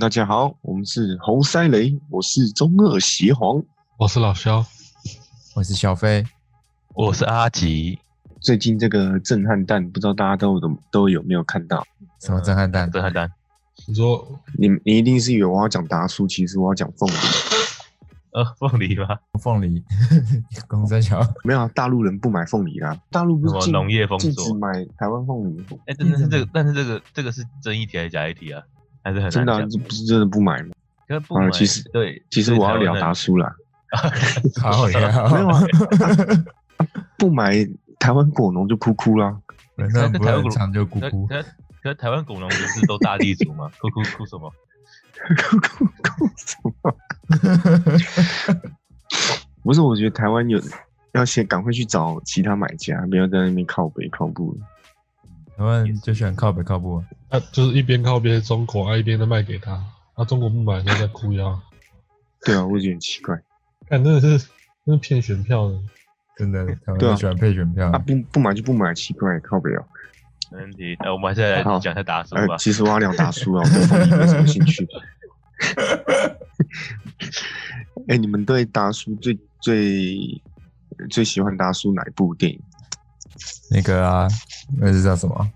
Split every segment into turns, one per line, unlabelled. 大家好，我们是猴塞雷，我是中二邪皇。
我是老肖，
我是小飞，
我是阿吉，
最近这个震撼弹，不知道大家都有都有没有看到？
什么震撼弹？
震撼弹。
你说
你你一定是以为我要讲达叔，其实我要讲凤梨。
呃，凤梨吗？
凤梨， 公三桥，
没有、啊，大陆人不买凤梨啦，大陆不
什
是
么
禁
农业封
禁止
锁？
买台湾凤梨，
哎、真的是这个，但是这个这个是真议题还是假议题啊？还是很
真
难
的啊、
讲。
这不是真的不买吗？
可是不
好了
买
其实
对，
其实
对
我要
台湾
聊
人
达叔啦，
好呀，
没有啊，不买台湾果农就哭哭啦。
人 家不
台湾
会长就咕
可
咕，
可可是台湾狗农不是都大地主吗？哭哭哭什么？
哭哭哭什么？不是，我觉得台湾有要先赶快去找其他买家，不要在那边靠北靠步了。
台湾就喜欢靠北靠步，啊
他啊就是一边靠边中国，啊一边的卖给他，啊中国不买，他在哭腰，
对啊，我也觉得很奇怪。
看真的是真是骗选票的。
真 的，台湾
对啊
就喜欢配选票
啊，。不不买就不买，奇怪，靠北哦。
没问题。呃，我们还是来
好
讲一下达叔
呃
吧，。
其实我要聊达叔啊，我对凤梨没什么兴趣。 哎、你们对达叔最最最喜欢达叔哪一部电影？
那个啊，那是叫什么？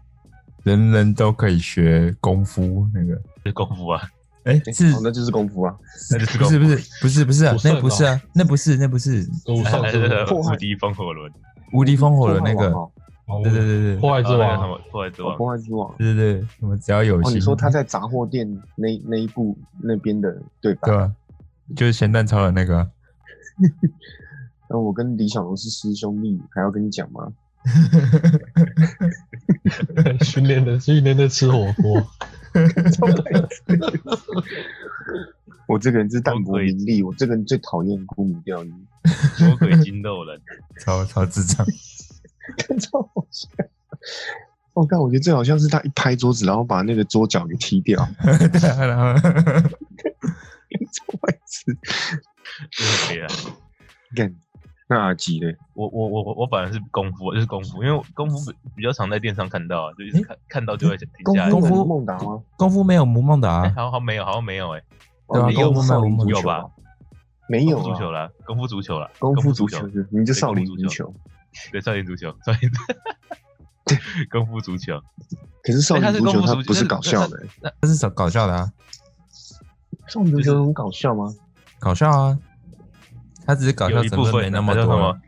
人人都可以学功夫那个，
是功夫啊，
哎，是
哦，那就是功夫啊。
那就是
不
功夫
是不是不是不是啊
不？算
那不是啊，那不是那不是
都上
还
次
是那个
破坏
无敌风火轮，
无敌风火轮那个？
哦，
对对对对
破坏之
还有那个什
王，
么破坏之王，
破坏之王。
对对对，我们只要有
哦，
心
你，说他在杂货店那那一部那边的对吧？
对吧？就是咸蛋超人那个啊，
那我跟李小龙是师兄弟，还要跟你讲吗？
训练的训练的吃火锅，
我这个人是淡泊
魔鬼
名利，我这个人最讨厌沽名钓 誉，
魔鬼金斗人。
超超智障。
超好笑。我哦看，我觉得最好像是他一拍桌子，然后把那个桌角给踢掉，
对啊，然后
超白痴。
可以啊，
干，那阿吉嘞？
我我我我我反而是功夫，就是功夫，因为功夫比比较常在电商看到啊，就一直看看到就会停
功
下来。
夫
功夫
有孟达吗？
功夫没有吴孟达
哎
啊，
好像没有，好像没有哎，
对啊
哦
功夫
少林
没有
足
有
球
吧
啊？没有
功夫足球
啊，
啦，功夫足球啦，
功夫
夫
足
球
球，是，你就
对
少林
功夫
足
足
球。
对，少林足球，少林 功夫足 球，
可是少
哎他
林
是
足球
功夫
它
足球
不是
那
搞
那
笑
那
的欸，
这是 搞搞笑的啊，
少林足
就是
球很搞笑吗？
搞笑啊，他只是搞笑
有一
成
部
分
分啊
没那么
叫什
多
么。？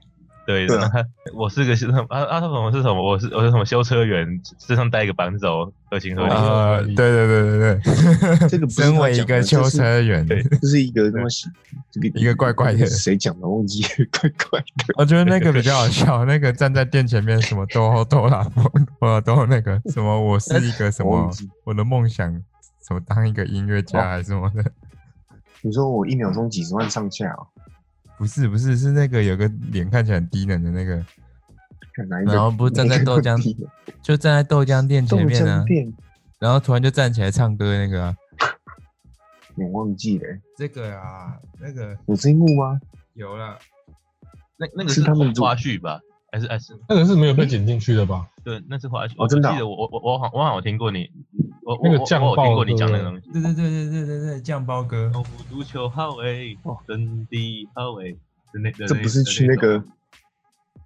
对，
对啊
然后他我是个是什么啊啊什么是什么？我是我是什么修车员，身上带一个扳手，合情合理。
哦
啊
啊，对对对对对，
这个不是
身
他
为一
讲
个
的
修车员，
对
这是一个他妈喜这个
一个怪怪的
谁讲的忘记， 怪怪的。
我觉得那个比较好笑。那个站在店前面什么都后都啦， 我都那个什么，我是一个什
我
么
忘记，
我的梦想什么当一个音乐
哦
家还是什么的，
你说我一秒钟几十万上下啊？
不是不是是那个有个脸看起来很低能的那个，
看哪一个？
然后不是站在豆浆
哪一个
就站在豆浆店
豆
前面啊
浆，店，
然后突然就站起来唱歌那个啊，
我忘记了欸，
这个啊那个
有这一幕吗？
有了。
那那个
是他们组
花絮吧？还是还是
那个是没有被剪进去的吧？
对，那是花絮。
哦真的啊
我记得我我我我好我好像听过你，我我
那个
我
酱
我有听
爆
过你
对
讲
不
那个
对
东西。
对对对对对对对，酱包哥，
功夫足球好诶
哦，
真的好诶，就那
这不是去那个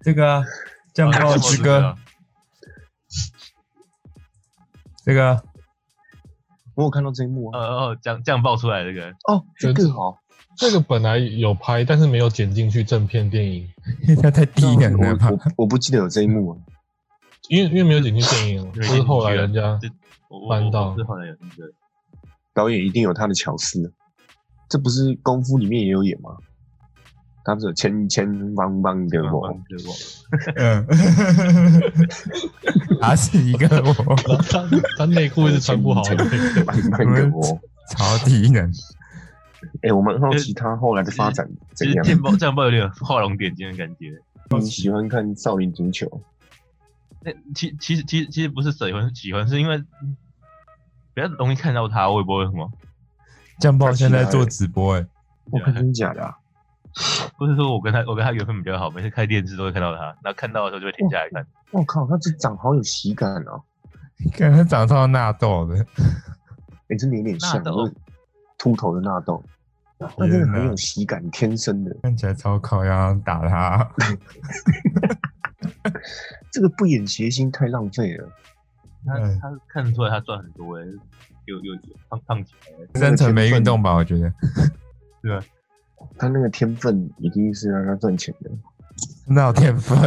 这个啊酱爆之歌，，这个啊
我有看到这一幕
呃
啊？
哦酱酱爆出来这个，
哦，这个哦，
这个本来有拍，但是没有剪进去正片电影，
他太低能
我
了吧？
我我不记得有这一幕啊。
因为因为没有剪进电影，
因为
就是后来人家
这我我
翻
我
到
我是好像有那个，
导演一定有他的巧思，啊这不是功夫里面也有演吗？他不是有千千万万的我，
嗯， 他是一个我
然后他他内裤一直穿不好，啊
千万万的 我。
超低能，
哎、我蛮好奇他后来的发展
就
怎
是
样。
酱爆酱爆有点画龙点睛的感觉。
你喜欢看少林足球？
那其其实其实其实不是喜欢喜欢，是因为比较容易看到他，我也不知道为什么。
酱爆现在做直播哎、
我看真假的、啊，
不是说我跟他我跟他缘分比较好，每次开电视都会看到他，然后看到的时候就会停下来看。
我靠，他这长好有喜感啊！
看他长得超纳豆的，
哎、真的有点像
纳。豆
我秃头的纳豆，那真的很有
嗯
喜感，天生的。
看起来超烤要打他，
这个不演谐星太浪费了，
他
嗯
他看得出来他赚很多哎、有有有胖胖起来，
真诚没运动吧？我觉得
对吧？
他那个天分一定是让他赚钱的，
真的有天分，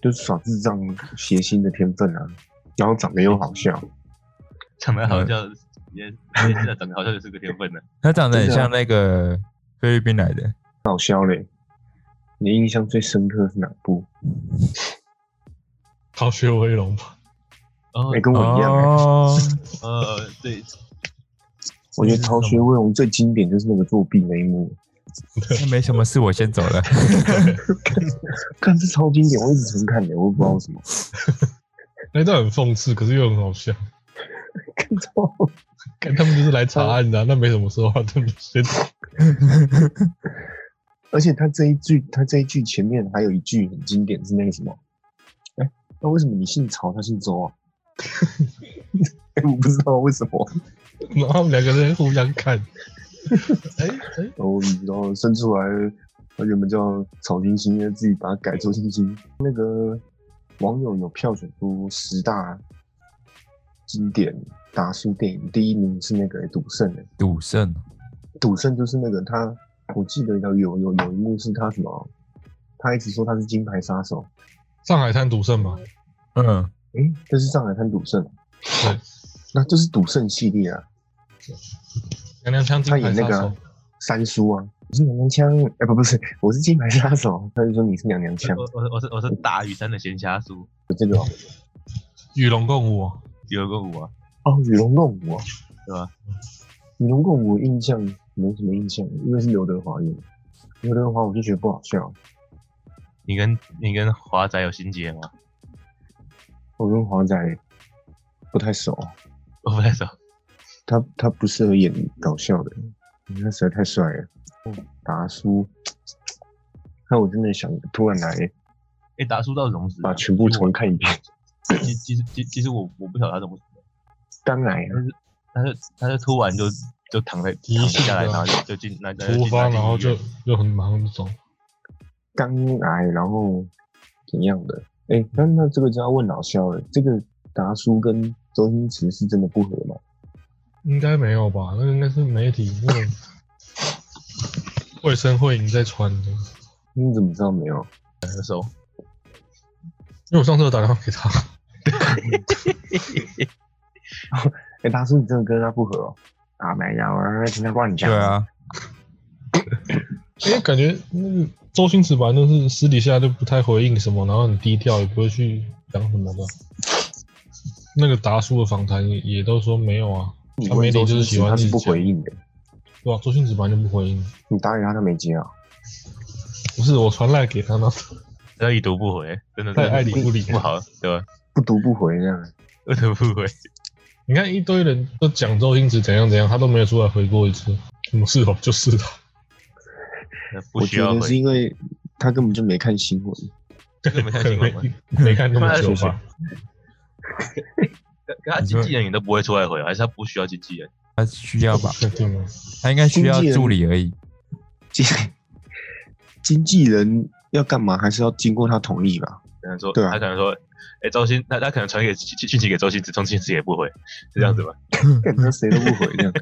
就是耍智障谐星的天分啊。然后长得又好笑，
长得好笑，也也真的长得好笑就是个天分呢、
他长得很
啊
像那个菲律宾来的，
好笑嘞！你印象最深刻是哪部？
逃学威龙吧，
然后
哎、跟我一样、欸。
哦，
呃， 对，
我觉得《逃学威龙》最经典就是那个作弊那一幕，
那没什么事，我先走了。
看是超经典，我一直重看的，我也不知道为什么。
那一段很讽刺，可是又很好笑。
看超
看他们就是来查案的啊、那没什么说话，他们先
而且他这一句，他这一句前面还有一句很经典，是那个什么？哎、那为什么你姓曹，他姓周啊？ 哎、我不知道为什么，
然后他们两个人互相看。哎哎，
我然后生出来，他原本叫曹金星，因为自己把它改做星星。那个网友有票选出十大经典达叔电影，第一名是那个欸赌圣、欸，
赌圣，
赌圣就是那个他，我记得有有有有一幕是他什么，他一直说他是金牌杀手，
上海滩赌圣嘛，
嗯，
诶、这是上海滩赌圣，
对，
那就是赌圣系列啊，
娘娘腔金
他
牌
演那
杀
个
手
啊。三叔啊，我是娘娘腔，哎、不不是，我是金牌杀手，他就说你是娘娘腔
我，我我是我是大屿山的闲暇叔，
这个哦，
与龙共舞啊、
有个我、啊，
哦与龙共舞、啊，
对吧？
与龙共舞印象没什么印象，因为是刘德华演的，刘德华我就觉得不好笑，
你跟你跟华仔有心结吗？
我跟华仔不太熟，
我不太熟，
他他不适合演搞笑的，他实在太帅了。哦达叔，那我真的想突然来
哎、达叔到底怎么死的
把全部重看一遍。
其其实其其实我我不晓得他怎么死的，
当然啊，
他是他是突然就就躺在
提
躺
醒
下来，
的
然
啊
后就就进那
突发，然后就
哎
就很马上就走。
刚来，然后怎样的？哎、那那这个就要问老肖了。这个达叔跟周星驰是真的不合吗？
应该没有吧？那个应该是媒体那种卫生会影在传的。
你怎么知道没有？
那时候
因为我上次有打电话 给他，
哎、达叔，你真的跟他不合哦？啊，没有，啊，今天乱讲。
对，啊，
因为感觉那个周星驰本来就是私底下就不太回应什么，然后很低调，也不会去讲什么的。那个达叔的访谈也也都说没有啊，
你
他媒
问
体
周星
就是喜
驰
欢
他是
自
不
己讲
回应的，
对吧、啊周星驰本来就不回应，
你打给他他没接啊？
不是我传赖给他呢，
他已读不回，真的是
太爱理不理
不好，对吧？
不读不回这样。
为什么不回？
你看一堆人都讲周星驰怎样怎样，他都没有出来回过一次。什么是哦，就是哦，
不
我
需
觉
要
得是
回，
因为他根本就没看新闻。
真的没看新闻吗？
没没看那么久吧？
跟跟他经纪人也都不会出来回，啊还是他不需要经纪人？
他需要吧？
确定吗？
他应该需要助理而已。
经经纪人要干嘛，还是要经过他同意吧？
可能说，
对啊
他可能说，哎、周星，他他可能传给信信息给周星驰，周星驰也不回，是这样子吧？
嗯
感觉谁都不回这样。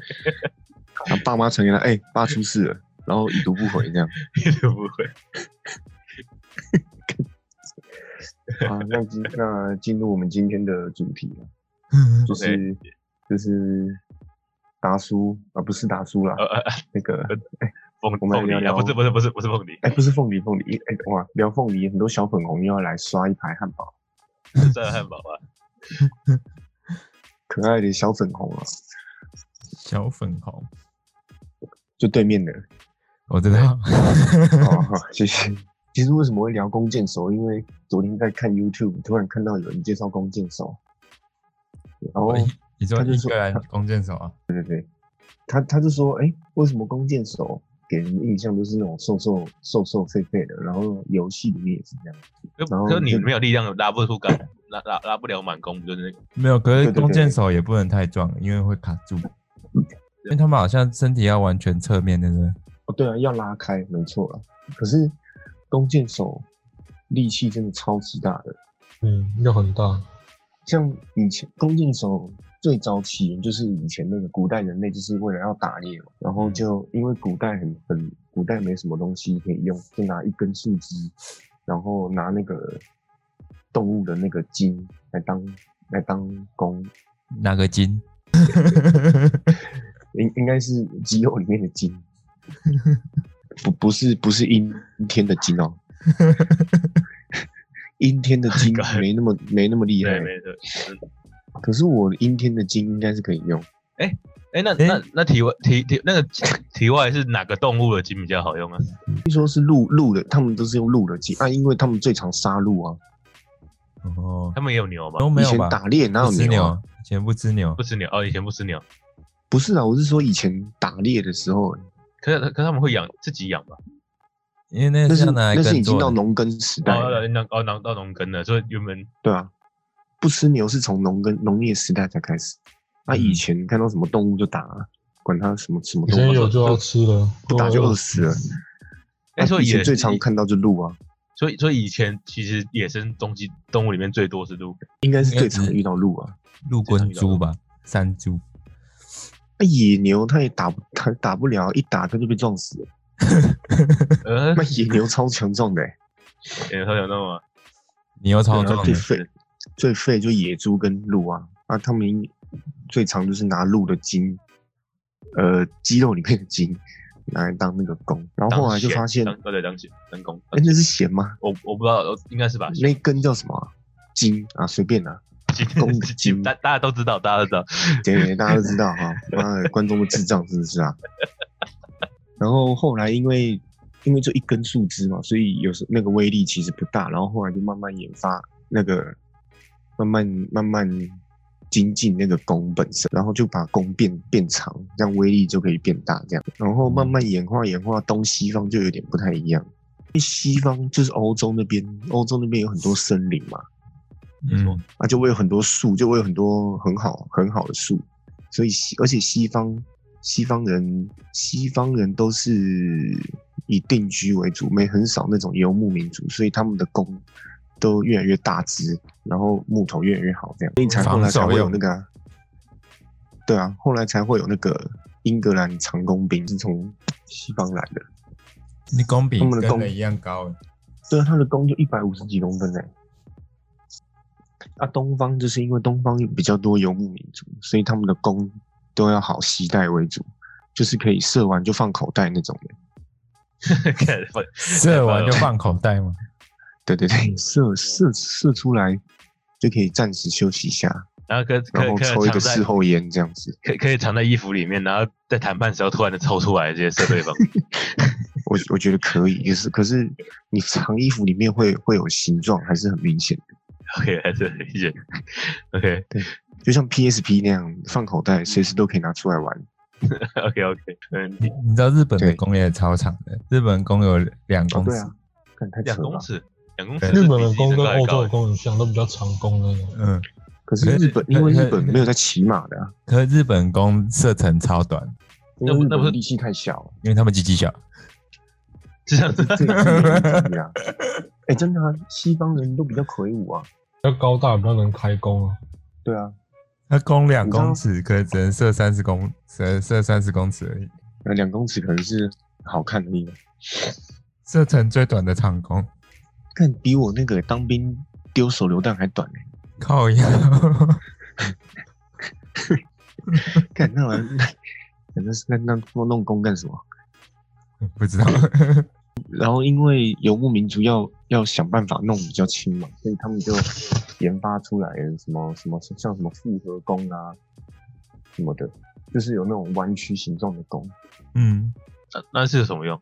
他爸妈传给他，哎、爸出事了，然后已读不回这样。
也 不回。
啊，那今那进入我们今天的主题了，嗯就是就是达叔啊，不是达叔啦，
呃呃，呃
那个
凤
我们
凤梨
聊
啊，
聊
不是不是不是不是 凤梨，
哎、不是凤梨，凤梨哎、哇，聊凤梨，很多小粉红又要来刷一排汉堡，
是在汉堡啊。
可爱的小粉红啊，
小粉红，
就对面的。
我知道，
哦，好，谢谢。其实为什么会聊弓箭手？因为昨天在看 YouTube，突然看到有人介绍弓箭手，然后
你说
他就
英
说
格兰弓箭手啊？
他他就说，哎、为什么弓箭手给人印象都是那种瘦瘦瘦瘦废废的？然后游戏里面也是这样。
就
然后
就你
就
没有力量，拉不出杆，拉拉拉不了满弓，不就是那个
没有，可
对
是
对对
弓箭手也不能太壮，因为会卡住。
对
因为他们好像身体要完全侧面，对不对？
哦，对啊，要拉开，没错了。可是弓箭手力气真的超级大的，
嗯，要很大，
像以前弓箭手最早起源就是以前那个古代人类就是为了要打猎嘛，然
嗯
后就因为古代很很古代没什么东西可以用，就拿一根树枝，然后拿那个动物的那个筋来当来当弓，
哪个筋？
应应该是肌肉里面的 筋，不不是不是阴天的筋 哦，阴天的筋
God
没那么没那么厉害
对，，没错。
可是我的阴天的筋应该是可以用。
哎，那
诶
那那题外题题那个题外是哪个动物的筋比较好用啊？
听说是鹿鹿的，他们都是用鹿的筋啊，因为他们最常杀鹿啊。
哦，
他们也有牛吗
都？没
以
有
前
吧？
打猎哪有
不吃
牛、啊？
牛，以前不吃牛
不。吃牛哦，以前不吃牛，
不是啊，我是说以前打猎的时候，
可是可是他们会养自己养吧？
因为那
那
个
是
是要拿来
那是已经
耕作
到
的，
农耕时代了，
哦，那哦，那到农耕了，所以原本
对啊，不吃牛是从农耕农业时代才开始。
嗯
那、以前看到什么动物就打、啊，管它什么什么
以
动
前
物，
有就要吃了，
不
啊
打就饿死了。
哎，所
啊以
以
前
也
最常看到就鹿啊，
所以所以以前其实野生东西动物里面最多是鹿，
应该是最
应该
常
是
遇到鹿啊。
陆
常
quân
遇到
猪
的
吧，山猪。
那、啊野牛它也打不它打不了，一打它就被撞死了。
呃，
那野牛超强壮的、欸，
有有那么
你又超
然
壮
后最
的，
废最废就野猪跟鹿啊啊，他们最常就是拿鹿的筋，呃，肌肉里面的筋拿来当那个弓，然后后来就发现，
当哦
哎、
对当当弓，
那是弦吗？
我我不知道，应该是吧？
那根叫什么啊、筋啊，随便啦、弓的筋，
大大家都知道，大家都知道，
对，大家都知道哈，妈的，观众的智障真的是啊。然后后来因为因为就一根树枝嘛，所以有时那个威力其实不大。然后后来就慢慢研发那个，慢慢慢慢精进那个弓本身，然后就把弓变变长，这样威力就可以变大。这样，然后慢慢演化演化，东西方就有点不太一样。因为西方就是欧洲那边，欧洲那边有很多森林嘛，
嗯，
啊，就会有很多树，就会有很多很好很好的树，所以西而且西方西方人西方人都是以定居为主，没很少那种游牧民族，所以他们的弓都越来越大只，然后木头越来越好，这样，所以才后来才会有那个啊、对啊，后来才会有那个英格兰长弓兵是从西方来的，
你弓比
他们的
跟
弓
人一样高欸，
对啊，他的弓就一百五十几公分呢、欸啊，东方就是因为东方比较多游牧民族，所以他们的弓都要好携带为主，就是可以射完就放口袋那种的。
看不
射完就放口袋嘛。
对对
嗯
对，射射射出来就可以暂时休息一下，
然后可
然
可
后
可
抽一
藏
个
在
事后烟这样子。
可可以藏在衣服里面，然后在谈判时候突然的抽出来，直接射对方。
我我觉得可 以，就是可是你藏衣服里面会会有形状，还是很明显的，
OK，还是很理解。OK
就像 PSP 那样放口袋，随时都可以拿出来玩。
OK OK，嗯，
你你知道日本的
对
弓也超长的，日本弓有两
哦
公，
对
尺
啊，，看太扯
嗯两
了吧
公。尺，两公尺是比
日
自己身高
本的弓跟
还高。
欧洲的弓很像，都比较长弓那种。
嗯，
可
哎
是日本，因为日本没有在骑马的、啊，
可是日本弓射程超短，
因为日
那不那不
本
是
力气太小了，
因为他们鸡鸡小。
是这样子。
这也是一个问题 啊。哎、真的啊，西方人都比较魁梧啊。
比较高大，比较能开弓啊。
对啊，
他弓两
你知道
公尺，可是只能射三十公，只能射三十公尺而已。
那两公尺可能是好看的地方，
射程最短的长弓，
看比我那个当兵丢手榴弹还短呢、
靠腰。
看那玩意儿 那那那那那弄弓干什么？
不知道，
然后因为游牧民族要要想办法弄比较轻嘛，所以他们就研发出来了什么什么像什么复合弓啊什么的，就是有那种弯曲形状的弓。
嗯，
那那是有什么用？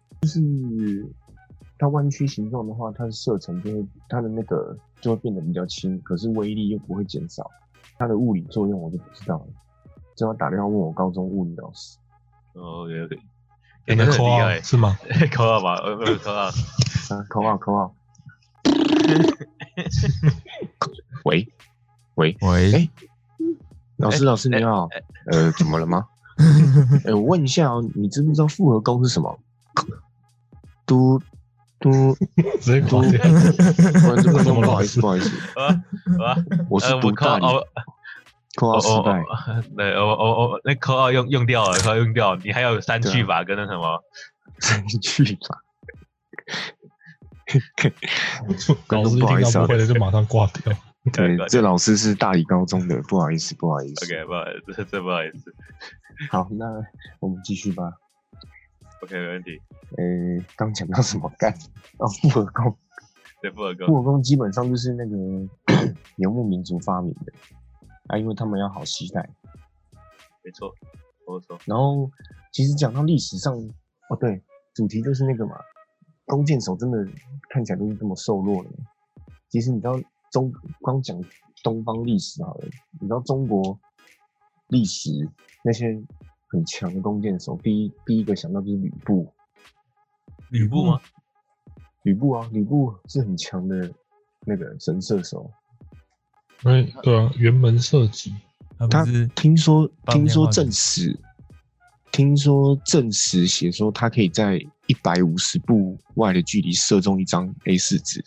它弯曲形状的话，它的射程就会，它的那个就会变得比较轻，可是威力又不会减少。它的物理作用我就不知道了，就要打电话问我高中物理老师。
哦，OK OK，
你
真
在
的哎很
扣
厉
啊
害，
是吗？
扣到吧，呃，不扣 到。
啊，口号口 号。喂喂，
喂，
哎老师老师
哎
你好，呃，怎么了吗？哎、我问一下哦，你知不知道复合弓是什么？嘟 嘟，
直接挂掉。
观众观众
怎么了
不好意思，不好意思，
啊啊！
我是
呃，
读
我
大
靠
理，
哦
扣
哦
到
哦
失败。
哦，对，我我我那口号用用掉了，口号用掉了，你还有三
对啊
句吧，跟那什么，
去吧。不好意
老师一听到
思啊
不会的就马上挂掉。
对
对，
这老师是大理高中的， 不好意思，不好意思。
OK，不好意思，这不好意思
好，那我们继续吧。
，OK，没问题，
呃，刚讲到什么干？ 哦，复合 弓，
对，不合格
复，合弓基本上就是那个 游牧民族发明的啊，因为他们要好携带。
没错，我说
然后其实讲到历史上，哦对，主题就是那个嘛，弓箭手真的看起来就是这么瘦弱的。其实你知道中光讲东方历史好了，你知道中国历史那些很强的弓箭手，第一第一个想到就是吕布，
吕布吗？
吕布啊，吕布是很强的那个神射手。
因为对啊，辕门射 击，
他
他
不是
听说
放
听
鞭
说
炮
正
的
史，听说正史写说他可以在一百五十步外的距离射中一张 A 四纸，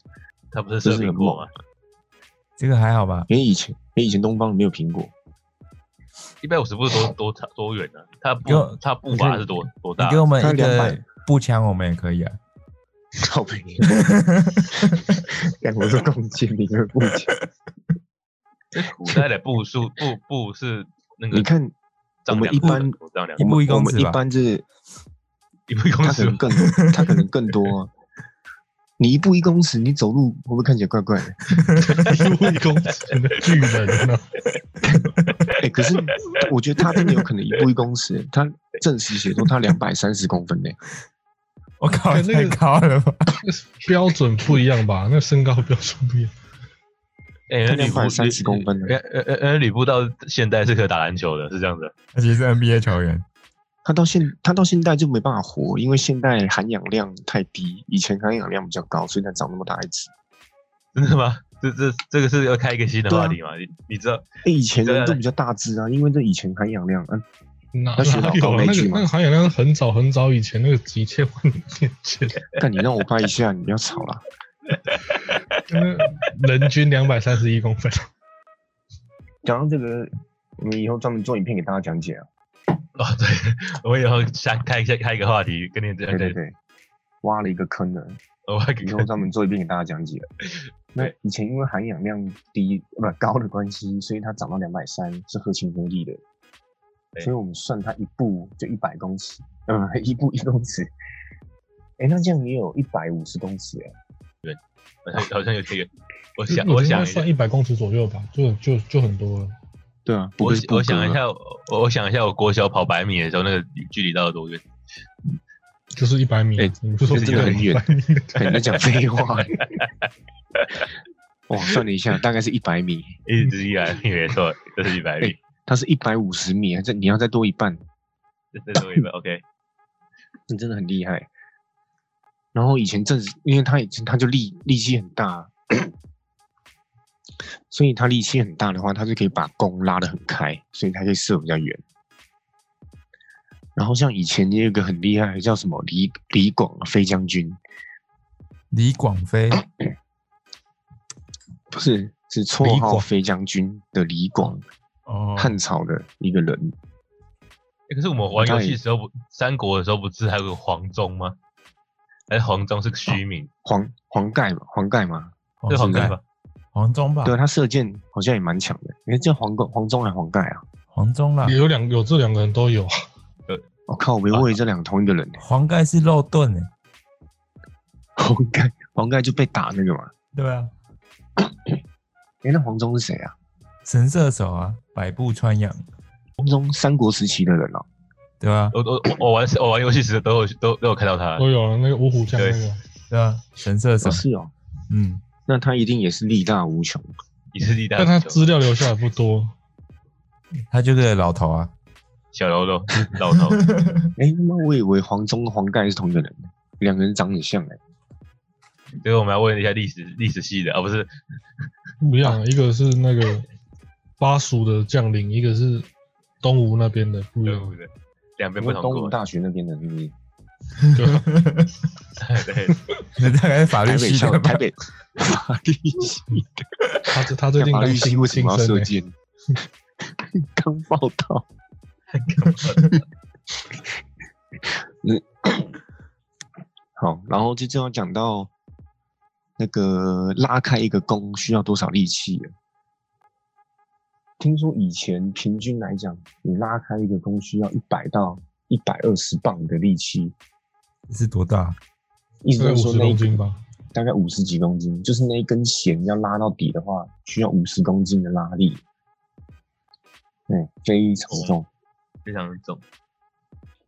他不是
这
射
是
苹
很
果
猛
吗？。
这个还好吧？
因为以前因为以前东方没有苹果，
一百五十步多 多长多远呢？啊他步
给我
他步
你
伐
看
是多多
你
大
给？我们
他
一
200
个步枪，我们也可以啊。
靠 背，两个都共建一个步枪。
古代的步数步步是那个，
你看我
丈
们
量
一
的
般
丈
我
量
一
们
步一
我
公
们
尺
一
吧
般是
一步一公
他可
尺
能
吗，
更他可能更多啊、你一步一公尺，你走路会不会看起来怪怪的？
一步一公尺的巨人啊！
哎、可是我觉得他真的有可能一步一公尺，他正式写说他两百三十公分呢、
我靠，
看那
太
个
高了吧？
那是标准不一样吧？那身高标准不一样。
哎，
他
那吕布
230公分呢
呃呃呃，呃吕布到现代是可以打篮球的，是这样子。
他其实是 NBA 球员，
他到现他到现在就没办法活，因为现在含氧量太低，以前含氧量比较高，所以才长那么大一只。
真的吗？这这这个是要开一个新的
对啊
话题吗？你你知道
哎、以前
对
人
啊
都比较大只啊，因为这以前含氧量，嗯、
哪
那学
哪
老
有
高
啊？
那
那
句
个
吗
那个含氧量是很早很早以前那个几千万年前，
但你让我拍一下，你不要吵啦。
那个人均两百三十一公分。
讲到这个，我们以后专门做影片给大家讲解啊。
哦，对，我以后下开一下开一个话题，跟你这
对对，对，挖了一个坑呢，
我还
以后专门做一遍给大家 讲解。那以前因为含氧量低不高的关系，所以它长到两百三是合情合理的。
对
所以我们算它一步就一百公尺，嗯，一步一公尺。哎、那这样也有一百五十公尺哎、
好像好像有这个，我
就是
想我
觉得应
想
该
一下
算，一百公尺左右吧，就就就很多了。
对啊，
我
不是
我想一，下，我我想一下，我国小跑百米的时候，那个距离到底多远？
就是一百米啊
哎，
你不是说
这个很远
100米的
哎你在讲废话。 哇，算了一下，大概是一百米，
一直以来，没错，这是一百 米，
它是一百五十米，还是你要再多一半，
这是一百。OK，
你真的很厉害。然后以前正是因为他以前他就力力气很大，所以他力气很大的话，他就可以把弓拉得很开，所以他可以射比较远。然后像以前也有一个很厉害的叫什么李李广啊飞将军，
李广飞，
啊不是是
李
绰号
广
飞将军的李广，
哦，
汉朝的一个人。
欸可是我们玩游戏的时候不，三国的时候不是还有个黄忠吗？还是黄忠是个虚名？
黄黄盖嘛，黄盖嘛，
哦
是黄
忠
盖吧？？
黄忠
啊
吧？
对啊他射箭好像也蛮强的。哎，叫黄盖黄忠还黄盖啊？
黄忠啦
也，有两有这两个人都有啊，
我、哦靠，
啊
我以为这两个同一个人呢、
黄盖是肉盾欸诶，
黄盖，黄盖就被打那个嘛。
对啊，
哎、那黄忠是谁啊？
神射手啊，百步穿杨，
黄忠三国时期的人哦、
对吧？
我我我我玩我玩游戏时都有都都有看到他，
都有啊。那个五虎将那
对
个
对啊，神射手
哦，是哦，
嗯，
那他一定也是力大无穷。
以是力大
但
无
他
穷
资料留下来不多，
他就是个老头啊，
小喽啰老头，
哎、那我以为黄忠跟黄盖是同一个人，两个人长得很像哎、
这个我们要问一下历史历史系的啊，不是
啊
不一样啊。一个是那个巴蜀的将领，一个是东吴那边的不一
对
样
不，对？两边不
因为
同
东吴
国，
大学那边的，是不是？
对吧？
对，
你大概是法律
台北
系
校
的吧
台？北 法律系的，
他他最近
法
刚
律系
新
为什
新
么要射
生、欸，
箭？ 刚报道， 好，然后就这样讲到那个拉开一个弓需要多少力气了听说以前平均来讲，你拉开一个弓需要一百到一百二十磅的力气，
是多大？
意思
大
就
概五
是说
十
那
公
一
斤吧，
大概五十几公斤，就是那一根弦要拉到底的话，需要五十公斤的拉力，嗯，非常重。
非常重。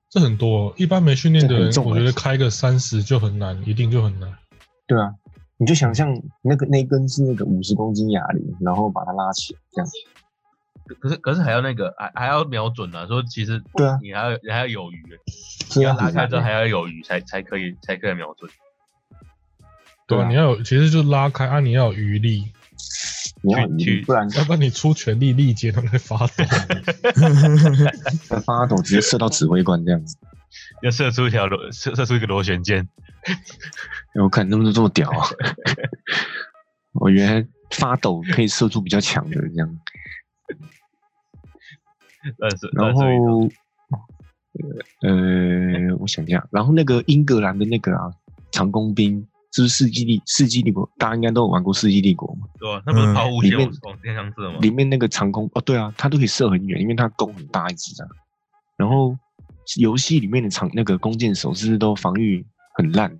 这很多、哦。一般没训练的
这
人
很，重
我
欸
觉得开个三十就很难，一定就很难。
对啊，你就想象那个那一根是那个五十公斤哑铃，然后把它拉起来这样。
可可是可是还要那个还还要瞄准啊，说其实
对啊
你还要你还要有余，
这
要
样
啊拉
很
开
难
之后还
欸。
要有余才才可以才可以瞄准。
对
对啊，
啊
你要有，其实就拉开啊，你要有余力，
你要有
去
力
去
不然
要不然你出全力，力竭都会发抖。
啊 在发抖，直接射到指挥官这样子。
要射出一条螺，射射出一个螺旋箭，
哎我看他们都这么屌、 啊，我原来发抖可以射出比较强的这样。
乱射
然
乱射一种
后，呃，我想一下，然后那个英格兰的那个啊，长弓兵是不是世纪帝世纪帝国？大家应该都有玩过世纪帝国嘛？
对吧？那不是抛物
嗯
线
里面
往天上射吗？
里面那个长弓哦，对啊，它都可以射很远，因为它弓很大一只啊。然后游戏里面的长那个弓箭手是不是都防御很烂，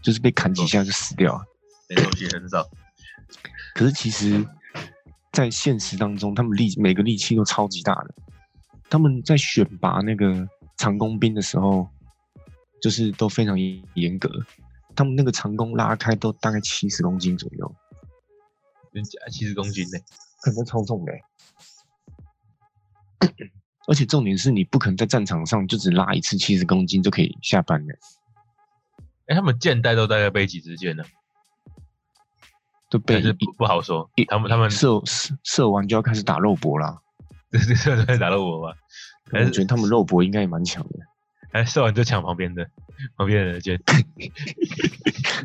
就是被砍几下就死掉啊？
没错，也很少。
可是其实，在现实当中，他们力每个力气都超级大的。他们在选拔那个长弓兵的时候，就是都非常严格。他们那个长弓拉开都大概七十公斤左右，
七十公斤呢、
可能超重的欸、而且重点是你不可能在战场上就只拉一次七十公斤就可以下班的、
哎、他们箭袋都大概背几支箭呢？
就被
但是不不好说。他们他们
射射射完就要开始打肉搏啦。
对对对对打到我吧，还
我
是
觉得他们肉搏应该也蛮强的。
还是射完就抢旁边的旁边人的箭，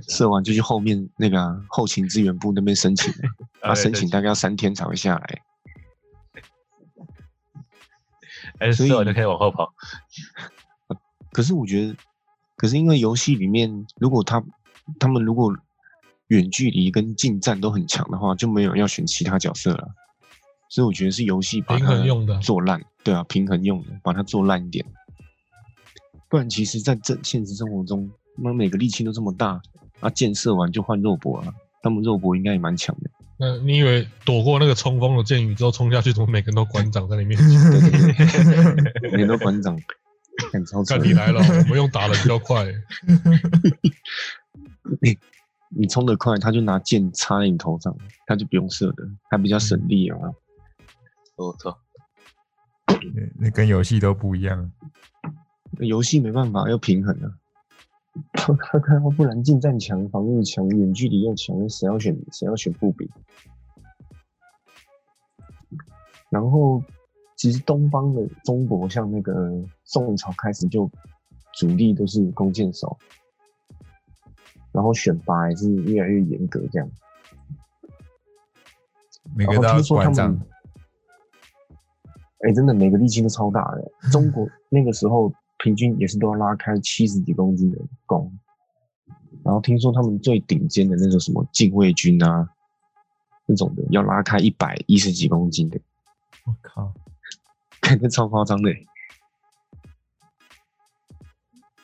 射完就去后面那个啊、后勤支援部那边申请，
啊
哎
啊，申请大概要三天才会下来。
还是
所以
射完就开始往后跑。
可是我觉得，可是因为游戏里面，如果他他们如果远距离跟近战都很强的话，就没有要选其他角色了。所以我觉得是游戏把
平
它
衡用的
做烂，对啊，平衡用的，把它做烂一点。不然其实在这现实生活中，那每个力气都这么大，啊，建设完就换肉搏啊，他们肉搏应该也蛮强的。
那你以为躲过那个冲锋的箭雨之后冲下去，怎么每个人都馆长在你面 前？
对对对，很多馆长，很超扯
看。你来了，我们用打的比 较快、
你冲得快，他就拿剑插在你头上，他就不用射的，他比较省力啊。
我操，
嗯 那跟游戏都不一样。
游戏没办法，要平衡啊。 他他要不然近战强，防御强，远距离又强，谁要选谁要选步兵？然后其实东方的中国，像那个宋朝开始就主力都是弓箭手，然后选拔也是越来越严格这样。
每个
然
都
后
要
哦听说他
馆长
们，，哎、真的每个力气都超大的。中国那个时候平均也是都要拉开七十几公斤的弓，然后听说他们最顶尖的那种什么禁卫军啊，那种的要拉开一百一十几公斤的，
我靠，
感觉超夸张的、欸。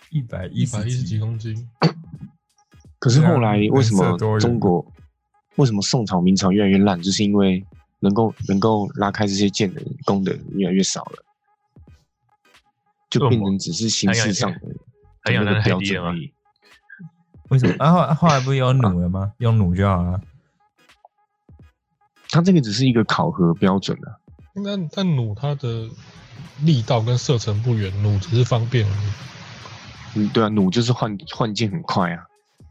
一百一
一百一十几，公斤，
可是
对啊
后来
人
为什么
色多人
中国为什么宋朝、明朝越来越烂，就是因为能够能够拉开这些剑的弓的人越来越少了，就
为什
变
么
成只是形
还有
式
一
上
个
的
还有
那
那
个
个
标
海地
准
的吗
而？已。
为什么？然后后来不是有弩了 吗？用弩就好啊了。
它这个只是一个考核标准啊，
那但弩它的力道跟射程不远，弩只是方便而已。
嗯，对啊，弩就是换换箭很快啊，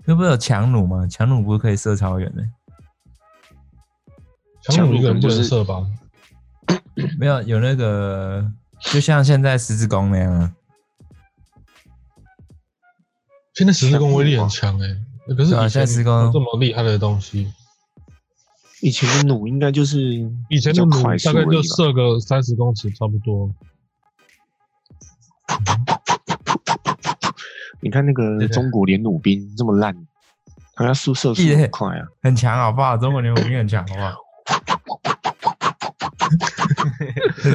那不是有强弩吗？强弩不是可以射超远的、
强
强
弩一个
弩可
人
能
不
就是
能射吧？
没有，有那个就像现在十字弓那样啊。
现在十字弓威力很强哎、欸，可是
对啊
以
现在
前
十字弓
没有这么厉害的东西，
以前的弩应该就是
以
比
前的
较
弩
快速
大
而
概
已吧
就射个三十公尺差不多，
你看那个
对对
中国连弩兵这么烂，他家速射速
耶
很快啊，
很强好不好？中国牛兵很强好 不好？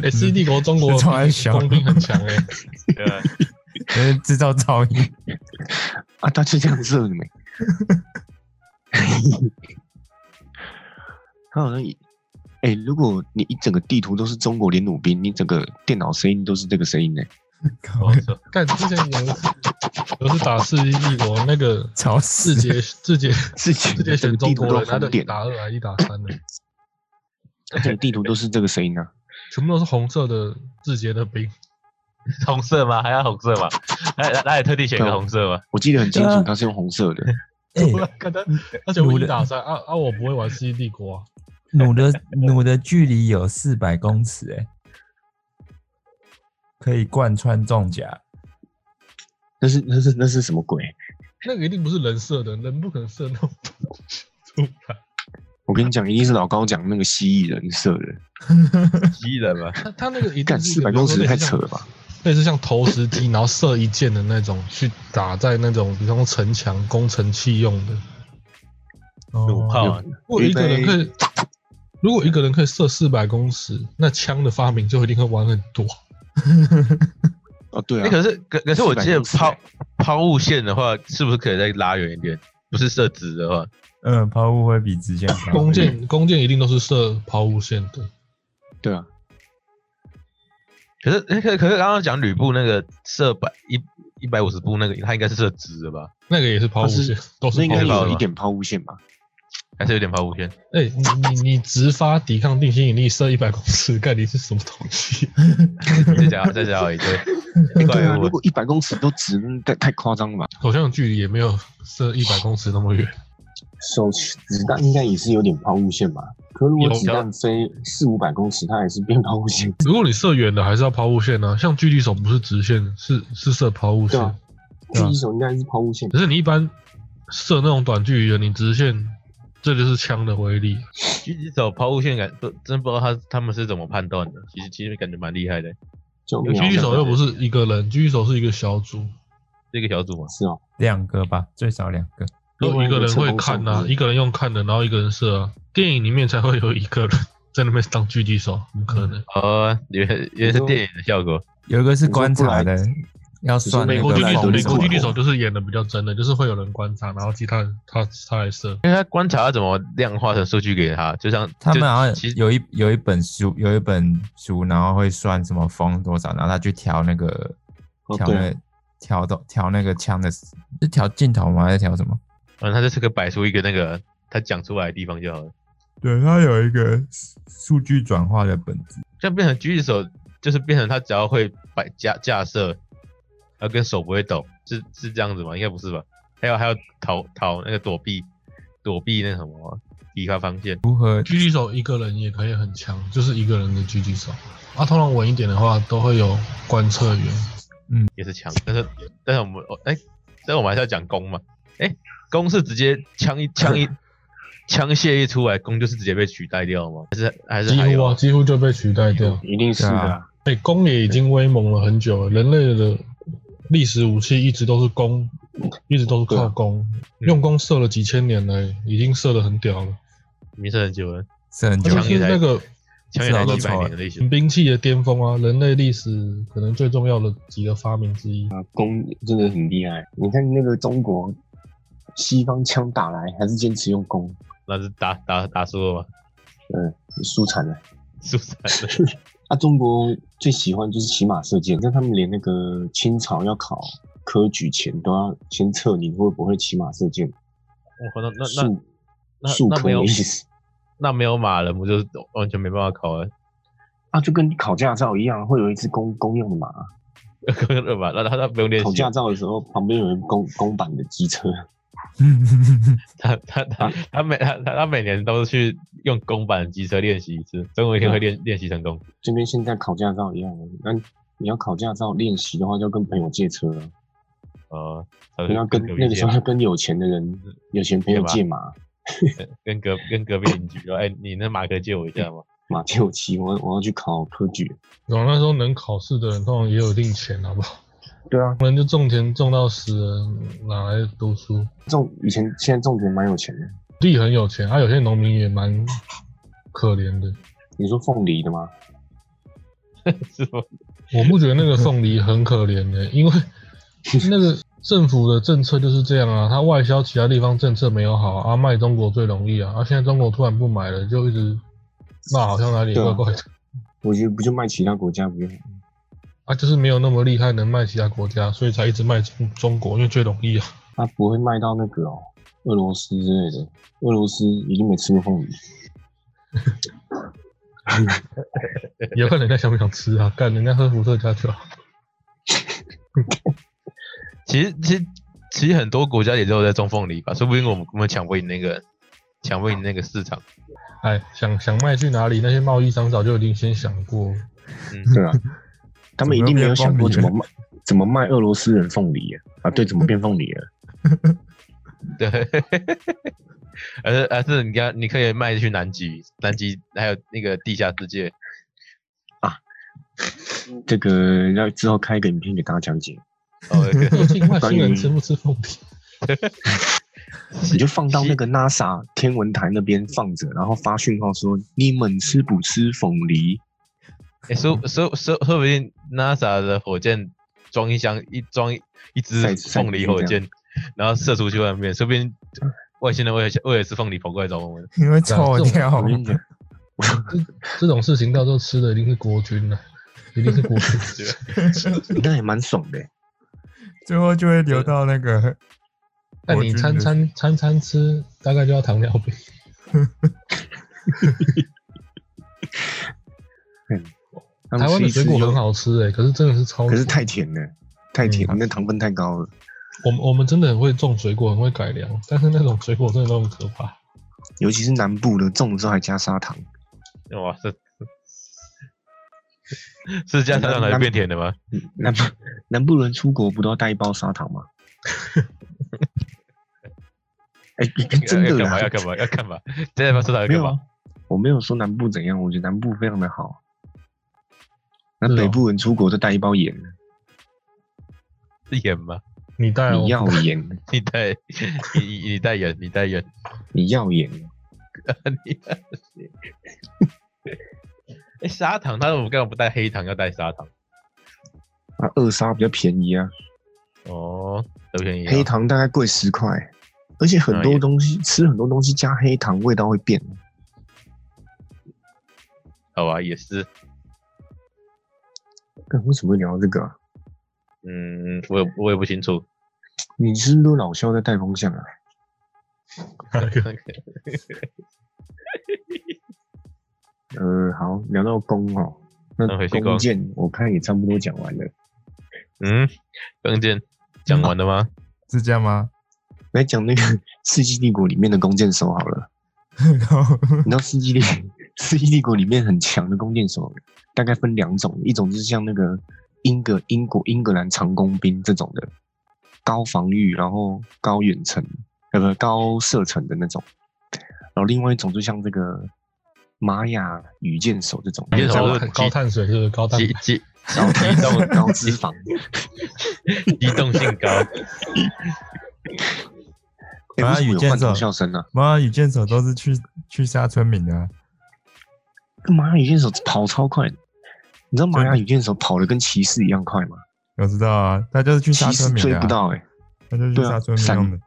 哎、 世纪帝国中国
从来小
工兵很强哎、
对啊，
因为制造噪音，
啊，他就这样射的没。 他好像也，哎、如果你一整个地图都是中国连弩兵，你整个电脑声音都是这个声音呢、
靠
我说
干之前有一次有一次打世纪帝国那个
吵
字
死！
节字节
自己
字节
整
选
个地
中
图
国
都
人，他
红
就一
点，
打二还一打三的，
整个地图都是这个声音啊。
全部都是红色的字节的兵，
红色吗？还要红色吗？那那那也特地
啊
选一个红 色吗？
我记得很清
对
楚
啊，
它是用红色的。
哎
我看他他全部
弩
一
的
打三啊啊！我不会玩世纪帝国啊，
弩的弩的距离有四百公尺、欸，可以贯穿重甲。
那是那是那是什么鬼？
那个一定不是人射的，人不可能射那种出来。
我跟你讲，一定是老高讲那个蜥蜴人射的。
蜥蜴人吗？
啊
他他那个一定
干
是
四
一个
百
比如
公
说
尺
类似
太
像
扯了吧？
类似像投石机，然后射一箭的那种，去打在那种比方说城墙、工程器用的。
弩炮
哦，
啊，
如果一个人可以，如果一个人可以射四百公尺，那枪的发明就一定会玩很多。
哦，对
那
啊，
可是可可是我记得
400
抛抛物线的话，是不是可以再拉远一点？不是射直的话，
嗯，抛物会比直线高。
弓箭，弓箭一定都是射抛物线的。
对啊，
可是可可是刚刚讲吕布那个射百一一百五十步那个，他应该是射直的吧？
那个也是抛物线，
那
都啊是
应
抛
该
物
有
线。
一点抛物线吧？
还是有点抛物线？
哎、你你你直发抵抗定心引力射一百公尺，概你是什么东 西？
再加再加好一个，
哎
怪
对啊，
物
如果一百公尺都直，那太太夸张了吧？
好像距离也没有射一百公尺那么远。
手持子弹应该也是有点抛物线吧？可如果
有
子弹飞四五百公尺，它也是变抛物线。
如果你射远了，还是要抛物线呢、啊像狙击手不是直线，是是射抛物线。
对啊
对啊
狙击手应该是抛物线
可，是你一般射那种短距离的，你直线，这就是枪的威力。
狙击手抛物线感不真不知道他他们是怎么判断的，其实其实感觉蛮厉害的。
就
有
瞄
狙击
一下
手又不是一个人，狙击手是一个小组，
这个小组嘛，
啊
是哦，
两个吧，最少两个。
有一个人会看呐、
另外一个侧风
一个人用看的，然后一个人射啊。电影里面才会有一个人在那边当狙击手，不可能。
哦，原原来是电影的效果，
有一个是观察的，要算那
美
美
个
国
国
狙
在
击手，
风
美国
中
狙击
啊
手就是演的比较真的，就是会有人观察，然后其他人他他来射。
因为他观察他怎么量化成数据给他，就像
他
就
们好像
其实
有一有一本书，有一本书，然后会算什么风多少，然后他去调那个
哦
调
对
那调到调那个枪的，是调镜头吗？还是调什么？
嗯，他就是个摆出一个那个他讲出来的地方就好了，
对，它有一个数据转化的本质。
这样变成狙击手就是变成他只要会摆架架设，然后跟手不会抖，是是这样子吗？应该不是吧？还有还有逃逃那个躲避躲避那什么抵抗防线，
狙击手一个人也可以很强，就是一个人的狙击手。啊，通常稳一点的话，都会有观测员。
也是枪，但是但是我们哦哎、但是我们还是要讲弓嘛，哎、弓是直接枪一枪一枪械一出来，弓就是直接被取代掉吗？还是还是
几
还
乎
有
啊，几乎就被取代掉。
一定是的
对
啊。
哎、弓也已经威猛了很久了，人类的历史武器一直都是弓，一直都是
对
靠
啊
弓，用弓射了几千年来，已经射得很屌了。
名声很久了，
是很
它
久
就
枪
是
也在
那个
枪也才
是啊
几百
都丑
年
了
的历史，
兵器的巅峰啊，人类历史可能最重要的几个发明之一。
弓真的很厉害，你看那个中国西方枪打来，还是坚持用弓，
那是打打打输了吗？
输惨了。
输惨了，
啊，中国最喜欢就是骑马射箭，你看他们连那个清朝要考科举前都要先测你会不会骑马射箭，
我那那那
数
那
数
那
科
没有
的意思
那没有马了，我就完全没办法考了。
啊，就跟你考驾照一样，会有一只公公用的马。
那那那不用练
考
习
驾，照的时候，旁边有人公公版的机车，
他他他他每他他他每年都是去用公版机车练习一次，总有一天会练练习成功。
就跟现在考驾照一样，那你要考驾照练习的话，就要跟朋友借车啊，
呃，他
那
是
要跟
隔壁
那个
借
时候
嘛
要跟有钱的人、有钱朋友借马，
跟隔跟隔壁邻居说，哎、你那马哥借我一下嘛。
马借我骑，我我要去考科举。
然后那时候能考试的人通常也有一定钱，好不好？
对啊，
不然就种田种到死了，哪来读书？
种以前现在种田蛮有钱的。
地很有钱，啊，有些农民也蛮可怜的。
你说凤梨的吗？
是吗？
我不觉得那个凤梨很可怜 的、因为那个政府的政策就是这样啊，它外销其他地方政策没有好啊，卖中国最容易啊，啊，现在中国突然不买了，就一直那好像哪里
对啊
怪怪的
我觉得不就卖其他国家不就好？
啊，就是没有那么厉害能卖其他国家，所以才一直卖中中国，因为最容 易啊。
它不会卖到那个哦，俄罗斯之类的。俄罗斯一定没吃过凤梨。
也要看人家想不想吃啊，干人家喝伏特加就好。
其实其实其实很多国家也都有在种凤梨吧，说不定我们我们抢不赢那个抢不赢那个市场。
哎，想想卖去哪里，那些贸易商早就已经先想过。
对啊，他们一定没有想过怎么卖怎么卖俄罗斯人凤梨啊？啊，对，怎么变凤梨了？
对， 而是而是你看你可以卖去南极，南极还有那个地下世界。
这个要之后开一个影片给大家讲解，
哦，对
究竟外星人吃不吃凤梨？
你就放到那个 NASA 天文台那边放着，然后发讯号说你们吃不吃凤梨？
哎说说说说不定 NASA 的火箭装一箱一装一一只
赛赛
凤梨
季这
火
样
箭，然后射出去外面，说不定外星人为了为了吃凤梨跑过来找我们。
因为臭掉
我。跟你讲，
这种事情到时候吃的一定是国军了、一定是国 军。
啊那也蛮爽的欸、
最后就会流到那 个。
但你餐餐餐餐吃，大概就要糖尿病。
他们
台湾
吃
的
一
水
吃
果
就
很，好吃哎、可是真的是超。
哦
可是太甜了，太甜，
嗯
那糖分太高了。
我们我们真的很会种水果，很会改良，但是那种水果真的都很可怕。
尤其是南部的，种的时候还加砂糖，
哇，这是加上来变甜的吗？
嗯南部 南部人出国不都要带一包砂 糖吗？哎、真的
要干
啦
嘛？要干嘛？要干嘛？真的要说到要
没
干
有啊
嘛？，
我没有说南部怎样，我觉得南部非常的好。那
是哦
北部人出国都带一包盐，
是盐吗？
你
哎
带哦
你，要 盐，
你带你你你带盐，你带盐，
你要盐，
你带盐。哎，砂糖，他我们干嘛不带黑糖，要带砂糖？
那二砂比较便宜啊，
哦，都便宜啊。
黑糖大概贵十块，而且很
那也
多东西吃很多东西加黑糖味道会变，
好吧，也是。
干为什么会聊到这个、啊？
嗯，我也我也不清楚。
你是不是都老肖在带风向啊？呃，好，聊到弓哦，
那
那
嗯回去
弓
弓
箭我看也差不多讲完了，
嗯，弓箭讲完了吗？
是这样吗？
来讲那个 《世纪帝国》里面的弓箭手好了。
然后
你知道《世纪帝 世纪帝国》里面很强的弓箭手大概分两种，一种就是像那个英格英国英格兰长弓兵这种的，高防御然后高远程，呃不高射程的那种，然后另外一种就像这个玛雅羽箭手这种，
羽箭手
高
我
碳高碳水是不是高蛋
激
白？
激
然后体重高脂肪，
激动性高，
哎、为
玛雅
什么
羽
有
箭
换
手
头笑声啊？
妈，羽箭手都是去去杀村民的啊、
玛雅羽箭手跑超快的，你知道玛雅羽箭手跑的跟骑士一样快吗？
我知道啊，他就是去杀
骑士
村民
追
的、
不
啊，
到哎、
他就是去
对啊
杀村民用的。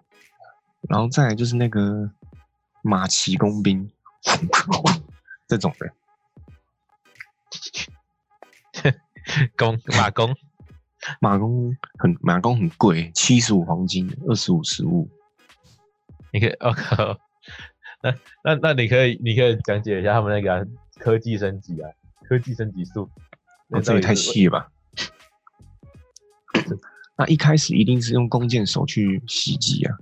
然后再来就是那个马骑工兵这种的，
弓马弓。
马工很马工很贵，七十五黄金，二十五食物。
你可以，我、靠， 那那那你可以，你可以讲解一下他们那个啊、科技升级啊，科技升级术。
哦，这也太细了 吧！那一开始一定是用弓箭手去袭击啊，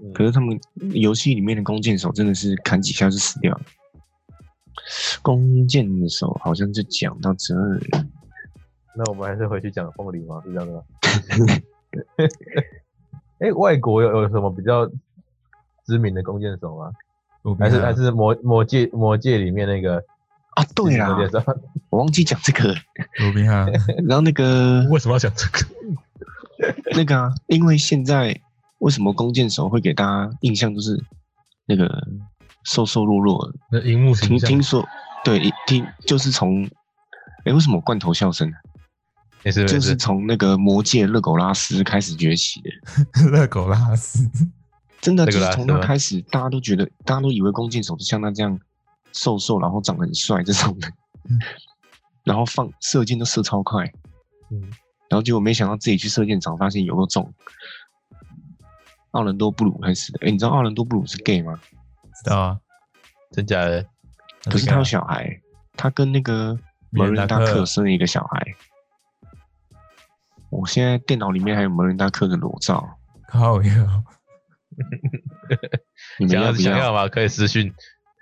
嗯
可是他们游戏里面的弓箭手真的是砍几下就死掉了。弓箭手好像就讲到这里，
那我们还是回去讲凤梨嘛，是这样的吗？ 哎、外国有有什么比较知名的弓箭手吗？
我不
还是
嗯
知道
还是魔魔界魔界里面那个
啊，对啦
弓，箭手？
我忘记讲这个了。
鲁宾 汉，啊
然后那个
为什么要讲这个？
那个啊，因为现在为什么弓箭手会给大家印象就是那个瘦瘦弱弱的？
那荧幕
听
形象
听说，对，一听就是从，哎、为什么罐头笑声？
也是
就
也
是
是
从那个魔界勒狗拉斯开始崛起的，
热狗拉斯，
真的
勒
就是
狗拉斯
从他
吗
开始，大家都觉得，大家都以为弓箭手就像他这样瘦瘦，然后长得很帅这种的
嗯，
然后放射箭都射超快，
嗯
然后结果没想到自己去射箭场发现有个中。奥兰多布鲁开始的，哎、你知道奥兰多布鲁是 gay 吗？
知道啊？
真假的？
可
啊
是他有小孩，他跟那个
米
蒙
伦
伦
达
达克
克
生了一个小孩。我现在电脑里面还有蒙伦达克的裸照，
靠哟，
你们
想
要
要
不
想要
要？
嘛，可以私讯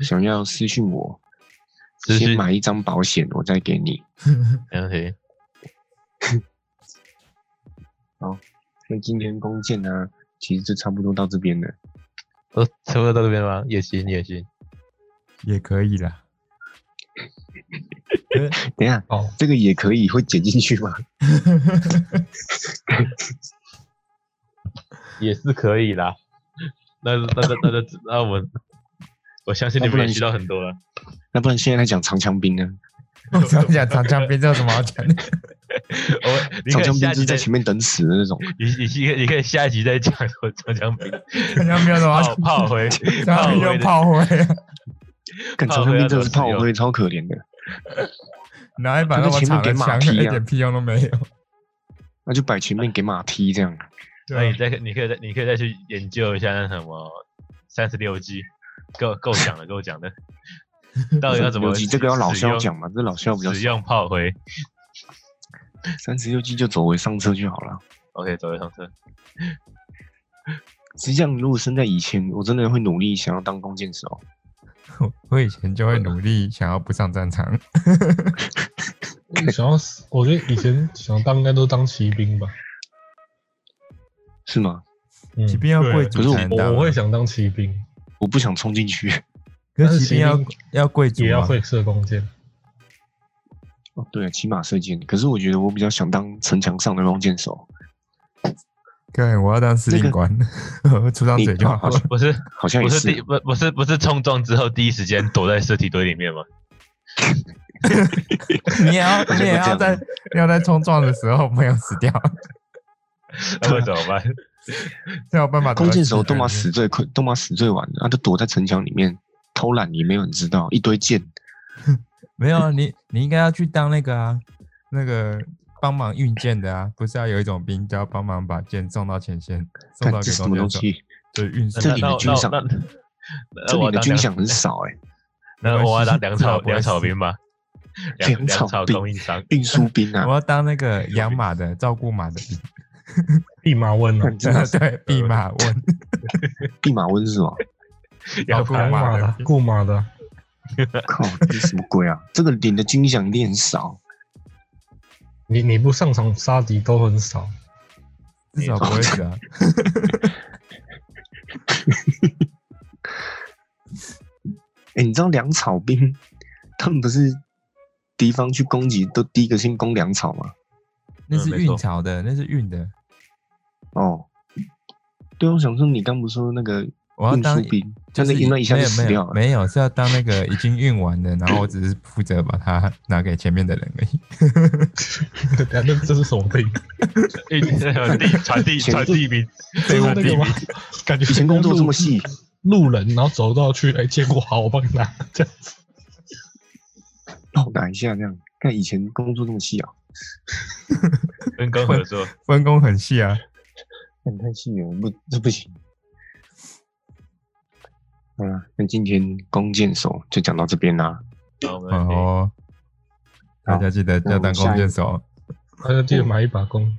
想要私信我，
私
先
讯
买一张保险，我再给你。
没问题。
那今天弓箭呢、其实就差不多到这边了。
都哦差不多到这边吗？也行也行，
也可以啦。
等一下，
哦，
这个也可以会剪进去吗？
也是可 以啦。那那那那那那我们我相信你们也学到很多了。
那不然现在来讲长枪兵呢？
我想讲长江边这有什么好讲的？
我你
长
可
枪
以
兵就
下集
是
再
在前面等死的那种。
你你你可以你可以下一集再讲我长 江
啊
兵
长江边有什么好讲？
炮炮灰
然
炮
后
灰
又
的，
炮灰啊，
干
炮
长枪
灰
兵真
要
的
怎么
是
使
炮
用
灰，超可怜的。
拿一把那么长的枪，一点屁用都没有。
那就摆前面给 马踢这样。啊
那你再你可以再你可以再去研究一下那什么三十六计，够够讲的够讲的，到底要怎 么
有几这个要老
使用
肖讲嘛？这老肖比较
使用炮灰
三十六计就走为上策就好了。
？OK，走位上车。
实际上，如果生在以前，我真的会努力想要当弓箭手。
我 我以前就会努力想要不上战场，
想要死，我觉得以前想当应该都当骑兵吧。
是吗？
嗯
骑兵要跪
可是
主
我
才能
我我
当啊
会。想当骑兵，
我不想冲进去。
可
但
是
是
骑兵要
骑兵
要跪主
也要
啊，
会射弓箭。
哦，对，骑马射箭。可是我觉得我比较想当城墙上的弓箭手，
对，我要当司令官， 我出张嘴就好了。
不是
好像
不
也
是
是
第不不是不是冲撞之后第一时间躲在尸体堆里面 吗？
你也要
我
你
就
也
不
要
讲
在你要在冲撞的时候没有死 掉，
那会怎么办？
才有办法。
弓箭手都嘛，死最快，都嘛死最晚的，他、就躲在城墙里面偷懒，也没有人知道，一堆箭。
没有啊你你应该要去当那个啊，那个帮忙运箭的啊，不是要有一种兵叫帮忙把箭送到前线，送
看
到
这
给
什么
弓
东
箭手，
西？
就是运
那
送。
这里
那
的
那
军饷
那那
这
那
里
我
的
当
军
粮
饷很少 哎、
那我要当粮草
没关系
粮草兵吧，粮
粮草
草
兵
供应商。
运输兵啊
我，要当那个养马的，照顾马的，
弼马温啊
看， 这 个
对，弼马温，
弼马温 是吗？
要
要
顾
不
养
然
马的啊，雇马的啊，
靠，这什么鬼啊？这个领的军饷一定很少。
你你不上场杀敌都很少。
至少不会死 啊。
哎、你知道粮草兵他们不是敌方去攻击都第一个先攻粮草吗？
那是
没
运
错
草的，那是运的。
哦，对，啊我想说你刚不是说那个
我要
运
当
输兵，
就
但
是
是运到一下
没
就
有
死
没
掉
有
了。
没有是要当 那个已经运完的，然后我只是负责把它拿给前面的人而已。
对啊，那这是什么病？
运 传递传递
前
传递兵，
这是那个 吗？感觉
以前工作这么 细，
路人，然后走到去，哎，结果好，我帮你拿，这样子。
让我哦打一下这样。看以前工作这么细啊，
跟公合作。
分工很细啊，
看太细了，不这不行。好了，那今天弓箭手就讲到这边啦。
好，没问题。
哦，大家记得
那
要
我们
当
下
弓
一
箭
个
手。
大家记得买一把弓。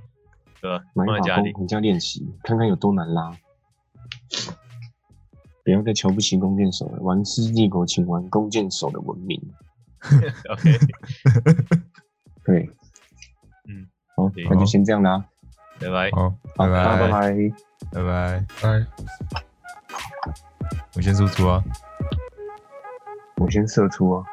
对吧？
买
放
一
在
把
家
弓
里，
回家练习，看看有多难拉。不要再瞧不起弓箭手了，玩世纪国，请玩弓箭手的文明。
OK，
对，
嗯，
好，
对
那就先这样啦，
拜拜。
好，
好，
拜
大家拜
拜，
拜。
拜拜，
拜。
我先输出啊。
我先射出哦。